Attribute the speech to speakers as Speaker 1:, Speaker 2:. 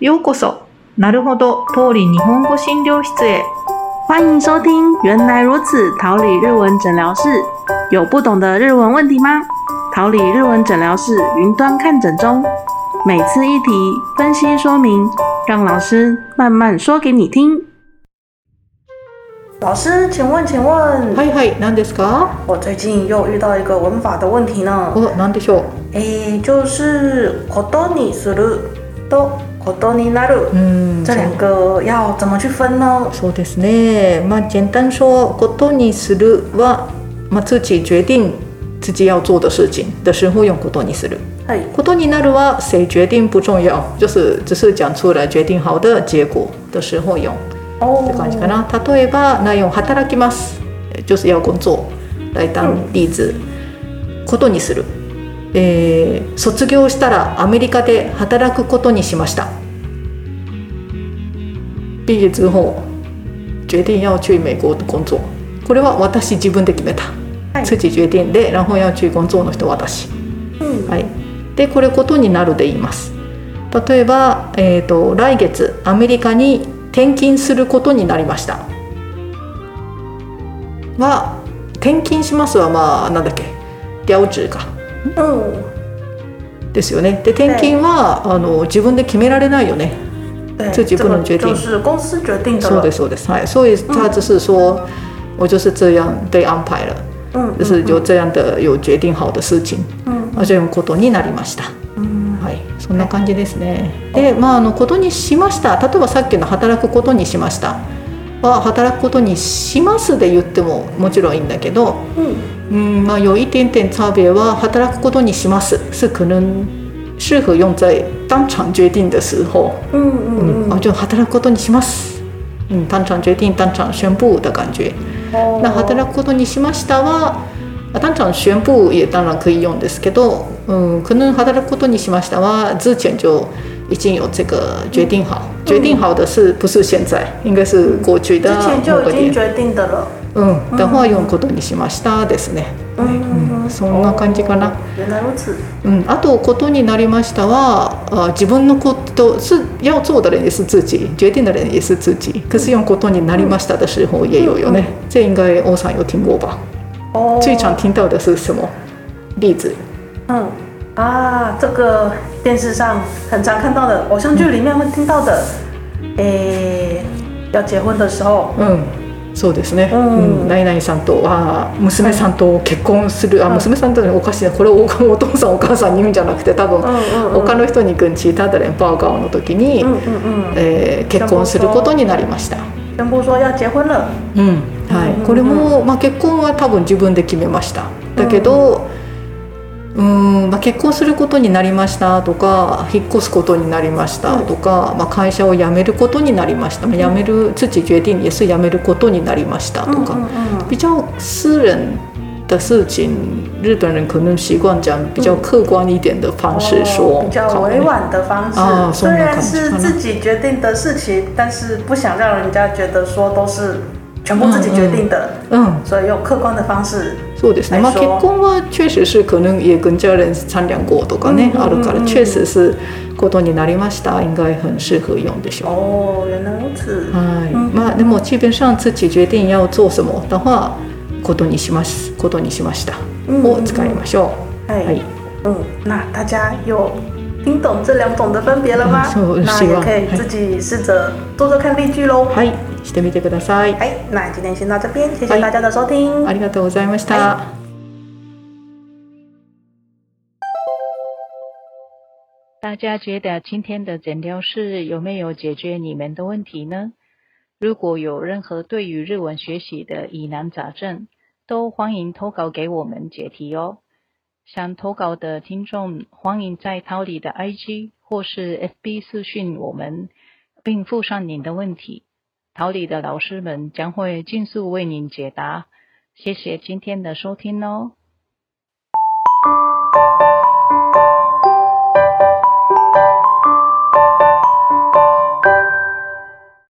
Speaker 1: ようこそ、なるほど、通り日本語診療室へ。
Speaker 2: 欢迎收听《原来如此》桃李日文诊疗室。有不懂的日文问题吗？桃李日文诊疗室云端看诊中，每次一题分析说明，让老师慢慢说给你听。老师，请问，请问，
Speaker 1: はいはい、何ですか
Speaker 2: 我最近又遇到一个文法的问题呢。
Speaker 1: お、何でしょ
Speaker 2: 诶，就是“ことにする”と“ことになる
Speaker 1: ううん”
Speaker 2: 这两个要怎么去分呢？
Speaker 1: そうですね。まあ、简单说、ことにするは、まあ、自己决定自己要做的事情的时候用ことにする。
Speaker 2: 嘿，
Speaker 1: ことになるは谁决定不重要，就是只是讲出来决定好的结果的时候用。
Speaker 2: 哦
Speaker 1: って感じかな例えば内容働きます就是要工作来当例子、ことにする、えー卒業したらアメリカで働くことにしました毕业之后决定要去美国工作これは私自分で決めた、
Speaker 2: はい
Speaker 1: 自己决定で然后要去工作の人私
Speaker 2: 嗯，
Speaker 1: はい、でこれことになるで言います例えば、えー、と来月アメリカに転勤することになりましたは転勤しますはまあなんだっけ両中か
Speaker 2: 嗯，
Speaker 1: ですよねで転勤はあの自分で決められないよね
Speaker 2: 对，
Speaker 1: 自己不能决定
Speaker 2: 这个就是公司决定的
Speaker 1: そう
Speaker 2: 了
Speaker 1: で。すそうですはい所以他只是说、我就是这样被安排了
Speaker 2: 嗯嗯
Speaker 1: 就是有这样的有决定好的事情
Speaker 2: 嗯
Speaker 1: あじゃあことになりました
Speaker 2: 嗯，
Speaker 1: はい、そんな感じですね。で、まあ、あのことにしました。例えばさっきの働くことにしました。は働くことにしますで言ってももちろんいいんだけど、
Speaker 2: 嗯
Speaker 1: 嗯，那有一点点差别は働くことにします是可能适合用在当场决定的时候。
Speaker 2: 嗯
Speaker 1: 嗯，
Speaker 2: 嗯
Speaker 1: 啊，就働くことにします。嗯，当场决定、当场宣布的感觉。
Speaker 2: 嗯，
Speaker 1: 哦那働くことにしましたはあ当场宣布也当然可以用ですけど、嗯，可能働くことにしましたは之前就已经有这个决定好，决定好的是不是现在？应该是过去的
Speaker 2: 之前
Speaker 1: 某
Speaker 2: 就
Speaker 1: 个点。
Speaker 2: 已经决定的了。
Speaker 1: 嗯，的话用ことにしましたですね。
Speaker 2: 嗯，嗯
Speaker 1: そんな感じかな。
Speaker 2: 原来如此。
Speaker 1: 嗯，あとことになりましたは、啊，自分のこと是要做的人也是自己，决定的人也是自己。可是用ことになりました的时候也有有呢，这应该欧さん有听过吧？
Speaker 2: 哦，
Speaker 1: 最常听到的是什么例子？
Speaker 2: 嗯啊，这个电视上很常看到的，偶像剧里面会听到的。诶，要结婚的时候，
Speaker 1: うん、そうですね。
Speaker 2: う
Speaker 1: う
Speaker 2: ん
Speaker 1: ん、ナイナイさんとあー娘さんと結婚する、あ
Speaker 2: うん
Speaker 1: 娘さんとねおかしいなこれをおお父さんお母さんに言うんじゃなくて多分、
Speaker 2: 嗯嗯嗯
Speaker 1: 他の人に行くんちただれんパーガーの時に、
Speaker 2: 嗯嗯嗯，
Speaker 1: えー結婚することになりました。
Speaker 2: 宣布说要结婚了。
Speaker 1: うんは
Speaker 2: うん
Speaker 1: い、これも、まあ、結婚は多分自分で決めましただけど、うんまあ、結婚することになりましたとか引っ越すことになりましたとか、まあ、会社を辞めることになりました、まあ、辞める自己决定也是辞めることになりましたと
Speaker 2: 嗯
Speaker 1: か、
Speaker 2: 嗯嗯，
Speaker 1: 比较私人的事情日本人可能习惯讲比较客观一点的方式说，
Speaker 2: 哦比较委婉的方式、
Speaker 1: 啊
Speaker 2: 虽然是
Speaker 1: 送的感觉
Speaker 2: 自己决定的事情，但是不想让人家觉得说都是全部自己决定的，
Speaker 1: 嗯
Speaker 2: 所以用客观的方式。
Speaker 1: そうですね、まあ、
Speaker 2: 最
Speaker 1: 結
Speaker 2: 初
Speaker 1: 婚は确实是可能也跟家人商量过とかね、
Speaker 2: うんうん
Speaker 1: あ
Speaker 2: うんうん
Speaker 1: るから确实是ことになりました应该很适合用でしょう。
Speaker 2: 哦，原来如此。
Speaker 1: はい、
Speaker 2: うん
Speaker 1: まあでも基本上自己决定要做什么的话ことにしますことにしました
Speaker 2: うんうんう
Speaker 1: を
Speaker 2: ん
Speaker 1: 使いましょう。
Speaker 2: 哎、
Speaker 1: はい、
Speaker 2: 嗯，那大家有听懂这两种的分别了吗？
Speaker 1: 嗯是
Speaker 2: 那
Speaker 1: 希
Speaker 2: 也
Speaker 1: 望
Speaker 2: 可以
Speaker 1: 哎
Speaker 2: 自己试着做做看例句喽。
Speaker 1: はい、してみてください。
Speaker 2: 哎，那今天先到这边，谢
Speaker 1: 哎
Speaker 2: 谢大家的收听。
Speaker 1: ありがとうございました。
Speaker 2: は
Speaker 3: 大家觉得今天的诊疗室有没有解决你们的问题呢？如果有任何对于日文学习的疑难杂症，都欢迎投稿给我们解题哦。想投稿的听众，欢迎在桃李的 IG 或是 FB 私讯我们，并附上您的问题。桃李的老师们将会尽速为您解答。谢谢今天的收听哦。